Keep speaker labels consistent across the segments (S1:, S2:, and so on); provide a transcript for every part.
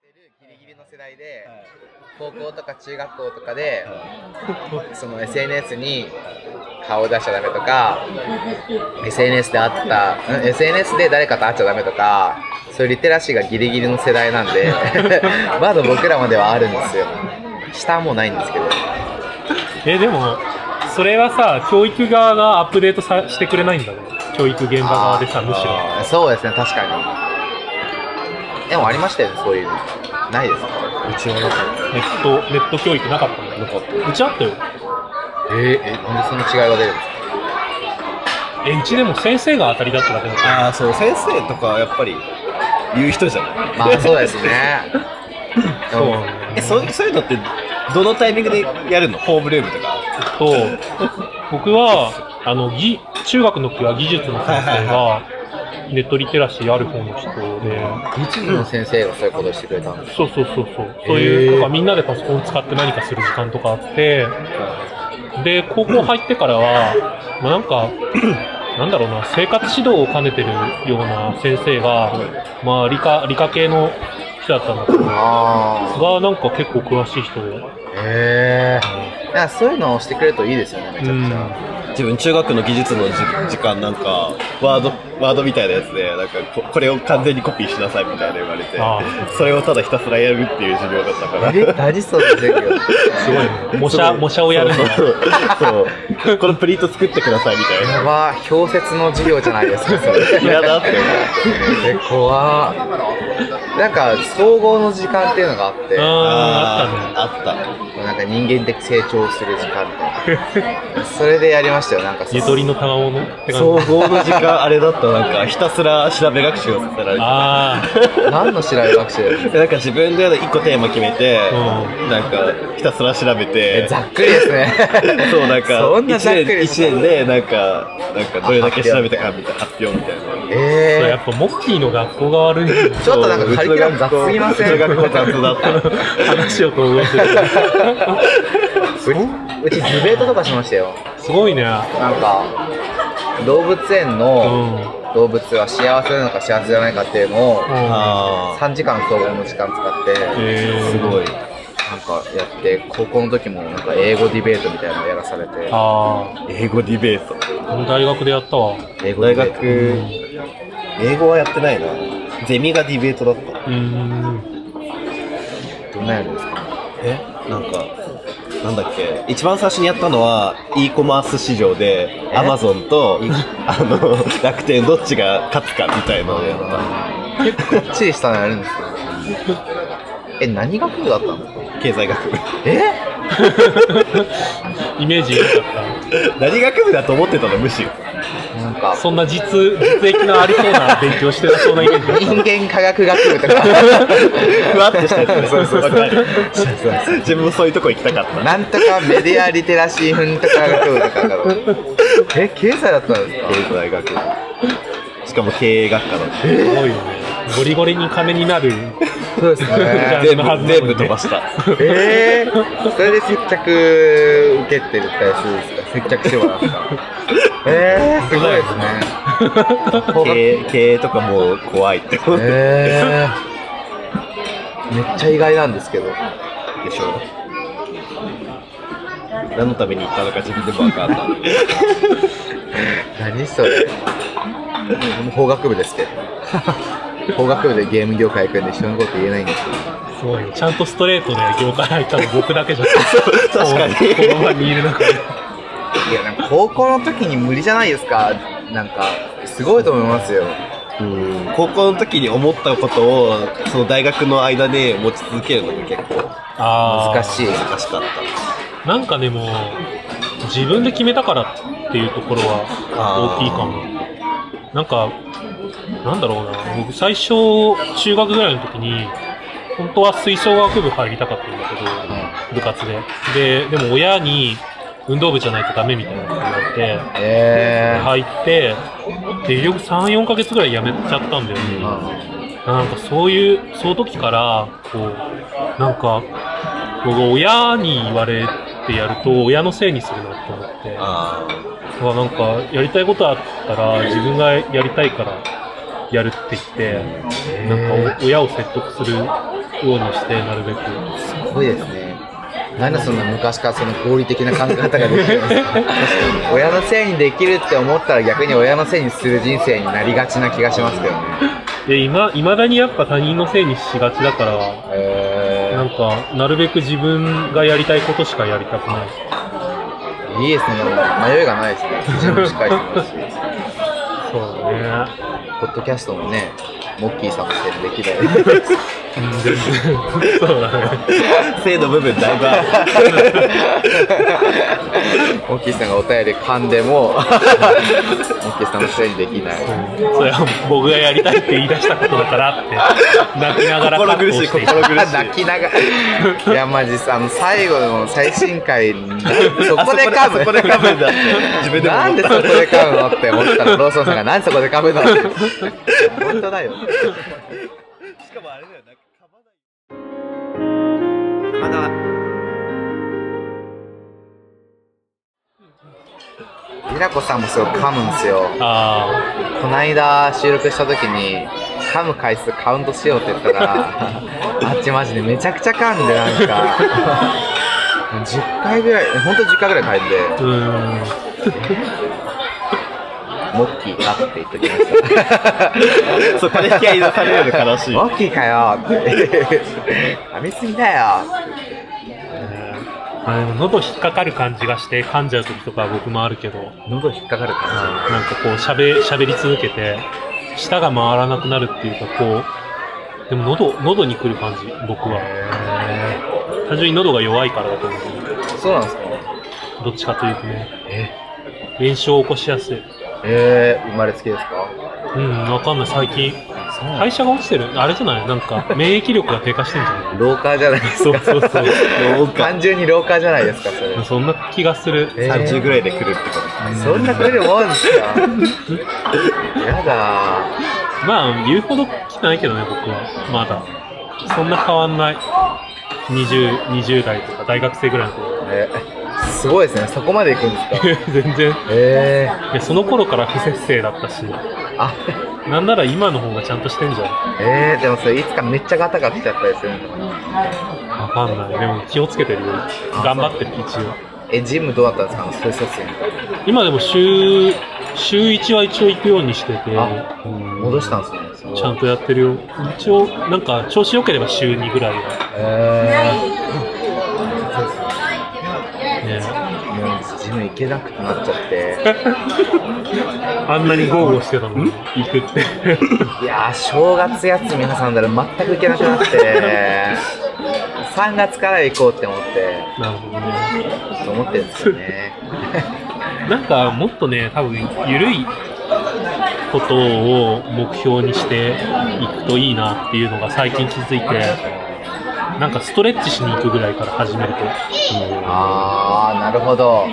S1: ギリギリの世代で、高校とか中学校とかで、その SNS に顔を出しちゃダメとか、SNS で会った、うん SNS で誰かと会っちゃダメとか、そういうリテラシーがギリギリの世代なん で、まだ僕らまではあるんですよ。下はもうないんですけど。
S2: えでもそれはさ教育側がアップデートさしてくれないんだね教育現場側でさむしろ
S1: あーそうですね、確かに。でもありましたよね、そういうの。ないですか
S3: うちはなんか
S2: ネットネット教育なかったんだ
S3: な
S2: よ
S3: かった
S2: うちあったよ
S1: えーえ、なんでその違いが出るんですか
S2: えうちでも先生が当たりだっただけだった
S3: ああそう先生とかやっぱり言う人じゃない
S1: まあそうですね。で
S2: そう
S1: も
S2: なんだよね
S3: えそうそういうのってどのタイミングでやるのホームルームとか
S2: と僕はあのぎ中学の時は技術の先生がネットリテラシーある方の人で
S1: 日舞の先生がそういうことをしてくれたんです
S2: そうそうそうそうそういう、
S1: へー
S2: なんかみんなでパソコン使って何かする時間とかあってで高校入ってからは、まあ、なんか なんだろうな生活指導を兼ねてるような先生が、まあ、理科理科系の人だったんだけど
S1: あ
S2: がなんか結構詳しい人で、
S1: へえだからそういうのをしてくれるといいですよねめちゃくちゃ、
S3: 自分中学の技術のじ時間なんかワードワードみたいなやつでなんかここれを完全にコピーしなさいみたいな言われて
S2: あ
S3: それをただひたすらやるっていう授業だったから
S1: え何その授業
S2: すごいね模写模写をやるの
S3: そうそうそうこのプリント作ってくださいみたいな
S1: やば氷雪の授業じゃないですかそれ
S3: 嫌だって
S1: え怖っなんか総合の時間っていうのがあって、
S2: うんあーあっ
S3: あったね
S1: なんか人間的成長する時間みたいなそれでやりましたよなんか
S2: たねゆとりの卵のって
S3: 総
S2: 感じ
S3: 合の時間あれだったなんかひたすら調べ学習をさせられて
S2: あ
S1: 何の調べ学習
S3: でなんか自分で一個テーマ決めて、
S2: う
S3: なんかひたすら調べて
S1: えざっくりですね
S3: そうなん か
S1: そんな
S3: 一
S1: ざっくり
S3: 年
S1: です
S3: 一年でなんかなんかどれだけ調べたかみたいな発表みたいな。
S2: あ
S1: え
S2: やっぱモッキーの学校が悪いんだ
S1: ー、ちょっとなんかカリキュラム雑すぎませ
S3: うちの
S1: ん
S3: 学校雑だった。
S2: 話を統合する
S1: うちうちディベートとかしましたよ
S2: すごいね
S1: なんか動物園
S2: うん
S1: の動物は幸せなのか幸せじゃないかっていうのを
S2: うん
S3: あ
S1: 3時間総合の時間使って
S2: え
S3: あ
S2: ー
S3: すごい。
S1: なんかやって高校の時もなんか英語ディベートみたいなのやらされて
S2: あ
S3: 英語ディベート。
S2: あ大学でやったわ
S1: 英語デ
S3: 大
S1: ィベー
S3: 学
S1: ト
S3: 英語はやってないな。ゼミがディベートだった。
S2: うん
S1: どんなやつですか
S3: えなんかなんだっけ一番最初にやったのは e コマース市場で
S1: え
S3: アマゾンとあの楽天どっちが勝つかみたいなのをやっ
S1: 結構っちりしたのやるんですよえ何学部だったんですか
S3: た経済 学部
S1: え
S2: イメージ良かっ
S3: 何学部だと思ってたのむしろ
S1: なんか
S2: たそんな実実益のありそうな勉強してなそうなイメー ジ
S1: 人間科学学部と か
S3: ふわっとしたやつね
S1: そうそうそう
S3: わかる自分もそういうとこ行きたかった
S1: なんとかメディアリテラシー奮とか学部とかだろうえ経済だったんですか
S3: 経済学部しかも経営学科だった
S2: すごいよねゴリゴリに金になる
S1: そうです
S2: ね
S3: 全
S2: そんなはずなの
S3: 部
S2: に
S3: 全部飛ばした
S1: ええー、それで接客受けてる対象ですか接客してもらったええー、すごいですね
S3: 経営経営とかもう怖いって思って
S1: ええー、めっちゃ意外なんですけど
S3: でしょ何のために行ったのか自分でも分かんない
S1: 何それ法学部ですけど法学部でゲーム業界行くんで人のこと言えないんですけど
S2: すごいねちゃんとストレートで業界入ったの僕だけじゃん
S3: 確かに
S2: この場にいる中で
S1: いやなんか高校の時に無理じゃないですかなんかすごいと思いますよ
S3: うん高校の時に思ったことをその大学の間で持ち続けるのが結構
S2: あー
S1: 難しい
S3: 難しかっ
S2: なんかでも自分で決めたからっていうところは大
S3: あー
S2: きいかもなんかなんだろうな僕最初中学ぐらいの時に本当は吹奏楽部入りたかったんだけど部活でででも親に運動部じゃないとダメみたいなことになって
S1: ええ
S2: 入って結局34ヶ月ぐらい辞めちゃったんだよね、
S1: ー、あ
S2: なんかそういう、その時から、こう、なんか、僕親に言われてやると、親のせいにするなと思って、
S3: たあ
S2: うわなんか、やりたいことあったら、自分がやりたいからやるって言って、なんかお親を説得するようにして、なるべく。
S1: すごいですね。なんでそんな昔からその合理的な考え方ができてるんですか親のせいにできるって思ったら逆に親のせいにする人生になりがちな気がしますけどね。
S2: で、今、いまだにやっぱ他人のせいにしがちだから、
S1: え
S2: なんか、なるべく自分がやりたいことしかやりたくない。
S1: ー、いいですね。でも迷いがないですね。基準もしっかりしてますし。
S2: そうだね。
S1: ポッドキャストもね、モッキーさんのせいででき ない。
S2: そうだね。
S3: 性の部分だいぶある
S1: モッキーさんがお便り噛んで も、モッキーさんのせいにできない。
S2: それは僕がやりたいって言い出したことだからって、泣きながら
S3: 心
S2: 覚
S3: 苦
S2: 悟
S3: しい
S2: してい
S3: 心
S2: た。
S3: 苦しい
S1: 泣きなが ら、いや、マジさ、あの最後の最新回、そこで噛む、
S3: あそこで噛むんだって自分でも思っ
S1: な
S3: た
S1: んでそこで噛むのって思ったら、ローソンさんが、なんでそこで噛むのって、 本当だよ。
S3: しかもあれだよなんか噛まない
S1: まだりらこさんもすごい噛むんですよ。
S2: あ
S1: こないだ収録した時に噛む回数カウントしようって言ったらあっちマジでめちゃくちゃ噛んでなんか 10回ぐらいえほんと10回ぐらい噛んで
S2: あ、うーん。
S1: モッキーかって言ってきました
S3: そこで引き合い出されるの悲しい
S1: モッキーかよ って噛みすぎだよ
S2: あでも喉引っかかる感じがして噛んじゃう時とか僕もあるけど、
S1: 喉引っかかる感
S2: なんかこう喋喋り続けて舌が回らなくなるっていうかこうでも喉喉に来る感じ僕は単純に喉が弱いからだと思う
S1: じそうなんですか
S2: どっちかというとね
S1: え
S2: 炎症を起こしやすい
S1: えー、生まれつきですか
S2: うんわかんない最近
S1: そう
S2: 代謝が落ちてるあれじゃないなん か免疫力が低下してんじゃない
S1: 廊下じゃないです
S2: そう
S1: か
S2: そうそう
S3: 老化
S1: 単純に廊下じゃないですかそれ
S2: そんな気がする、
S1: えー
S3: 30ぐらいで来るってこと
S1: そんな来るもんですかやだー
S2: まあ言うほど来てないけどね僕はまだそんな変わんない 20, 20代とか大学生ぐらいの頃
S1: えーすごいですね、そこまで行くんですか。
S2: 全然
S1: え
S2: いやその頃から不節制だったし、
S1: ー、あ
S2: なんなら今の方がちゃんとしてんじゃん。
S1: えー、でもそれいつかめっちゃガタが来ちゃったりするのかな
S2: わかんない。でも気をつけてるよ。頑張ってる、一応。
S1: え、ジムどうだったんですか、あのスペースみたい
S2: 今でも週、週1は一応行くようにしてて、
S1: あな。戻したんですね、すごい
S2: ちゃんとやってるよ。一応、なんか調子良ければ週2ぐらいは。
S1: え
S2: ね、
S1: ー、もうジム行けなくなっちゃって、
S2: あんなに豪語してたのに、行 くって。
S1: いやー、正月休み挟んだら全く行けなくなって、3月から行こうって思って、
S2: なるほどね。
S1: ちょっと思ってるんですよね。
S2: なんかもっとね、多分、ゆるいことを目標にしていくといいなっていうのが最近気づいて、なんかストレッチしに行くぐらいから始めると。
S1: あーなるほど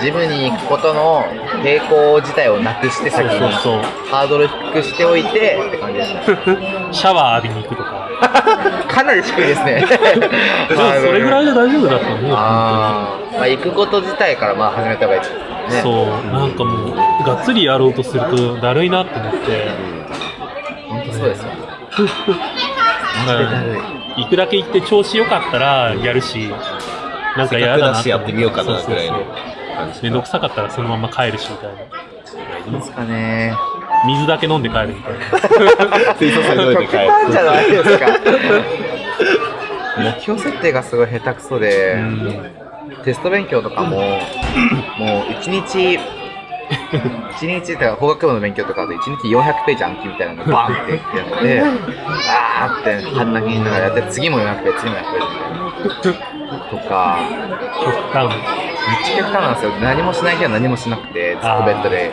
S1: ジムに行くことの抵抗自体をなくして
S2: そ
S1: 先に
S2: うそう そう。
S1: ハードル低くしておいてって感じですね
S2: シャワー浴びに行く とか。
S1: かなり低いですね
S2: でもそれぐらい
S1: い
S2: で大丈夫だと思う。
S1: あー、まあ、行くこと自体からまあ始めた方がいいですね
S2: そう、なんかもう、がっつりやろうとするとだるいなって思って、
S1: 本当そうですよだるい
S2: うん行くだけ行って調子良かったらやるし、なんか嫌だな
S3: せっかくだしやってみようかなぐら いの
S2: そうそうそうめんどくさかったらそのまま帰るしみたいな。
S1: いいですかね
S2: 水だけ飲んで帰るみたいな。
S3: 水素水飲んで
S1: 極
S3: 帰る
S1: 端じゃないですか 目標設定がすごい下手くそで、
S2: うん
S1: テスト勉強とかも、もう1日、1日、だから法学部の勉強とかだと1日400ページ暗記みたいなのバーンってやって、あーって半泣きしながらやって、次も400ページ、次も400ページとか、
S2: 極端。
S1: めっちゃ極端なんですよ。何もしない日は何もしなくて、ずっとベッドで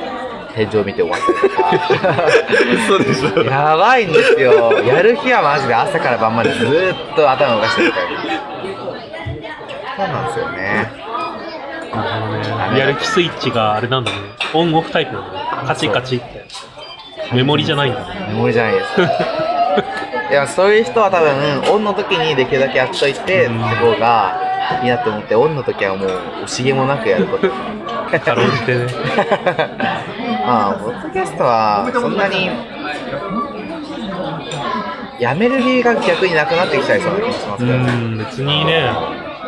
S1: 天井見て終わったりとか。
S3: そうでしょ
S1: やばいんですよ。やる日はマジで朝から晩までずーっと頭動かしてるから。極端なんですよね。
S2: なるほどね。やる気スイッチがあれなんだね。オンオフタイプなんだね。カチカチって。メモリじゃないんだね。
S1: メモリじゃない です。いや、そういう人は多分、オンの時にできるだけやっといて、って方がいいなと思って、オンの時はもう、惜しげもなくやること。
S2: かろうじてね。
S1: まあ、ポッドキャストは、そんなに、辞める理由が逆になくなってきちゃいそうな気がします
S2: う
S1: けどね。
S2: ん、別にね、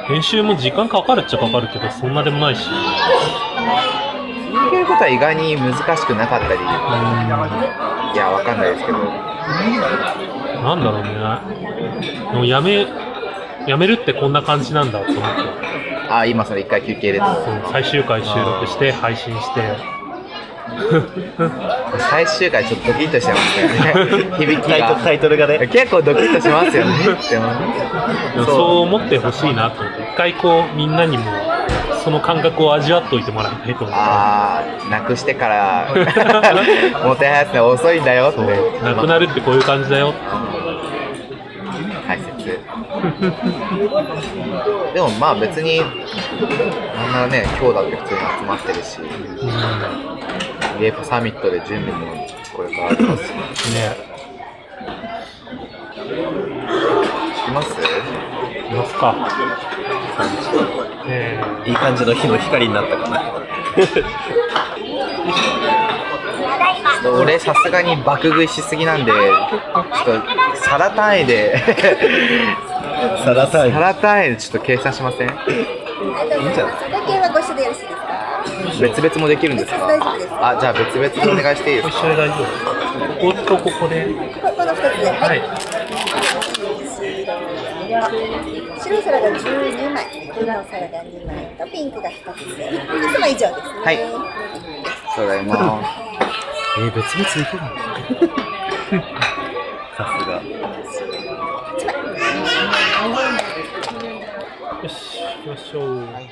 S2: 練習も時間かかるっちゃかかるけど、そんなでもないし。
S1: 続けることは意外に難しくなかったり、
S2: うん、ない
S1: や、わかんないですけど、
S2: んだろうね。でもやめ、やめるってこんな感じなんだと思って。
S1: あ、今それ一回休憩入れた。
S2: その最終回収録して、配信して。
S1: 最終回ちょっとドキッとしてますね。響き
S3: タイトルタ
S1: が。
S3: イトルがね、
S1: 結構ドキッとしますよね。でも
S2: でもそう思ってほしいなと思って、一回こう、みんなにも、その感覚を味わっといてもらいたいと思って。
S1: ああ、なくしてから、もてはやすのは遅いんだよって。
S2: そうなくなるってこういう感じだよ。
S1: 大切でもまあ別になんならね今日だって普通に集まってるし
S2: うん、ね
S1: レイプサミットで準備もこれからありますしいます
S2: いますか。え
S3: いい感じの日の光になったかな。
S1: ちょっと俺さすがに爆食いしすぎなんでちょっと皿単位 で
S3: サラタイム。
S1: 皿単位でちょっと計算しません
S4: あと、ご計はご一緒でよろしいですか。
S1: 別々もできるんですか
S4: 大丈夫です
S1: あじゃあ別々でお願いしていいです
S2: 一
S1: か
S2: 緒で大丈夫。こことここで。
S4: ここの二つで、は。
S2: はいい。
S4: 白い皿が十二枚、黒の皿が二枚とピンクが一つで、いつも以上ですね。
S1: はいただいま
S3: えー、別々できるのさすが。
S2: よし、行きましょう。
S1: はい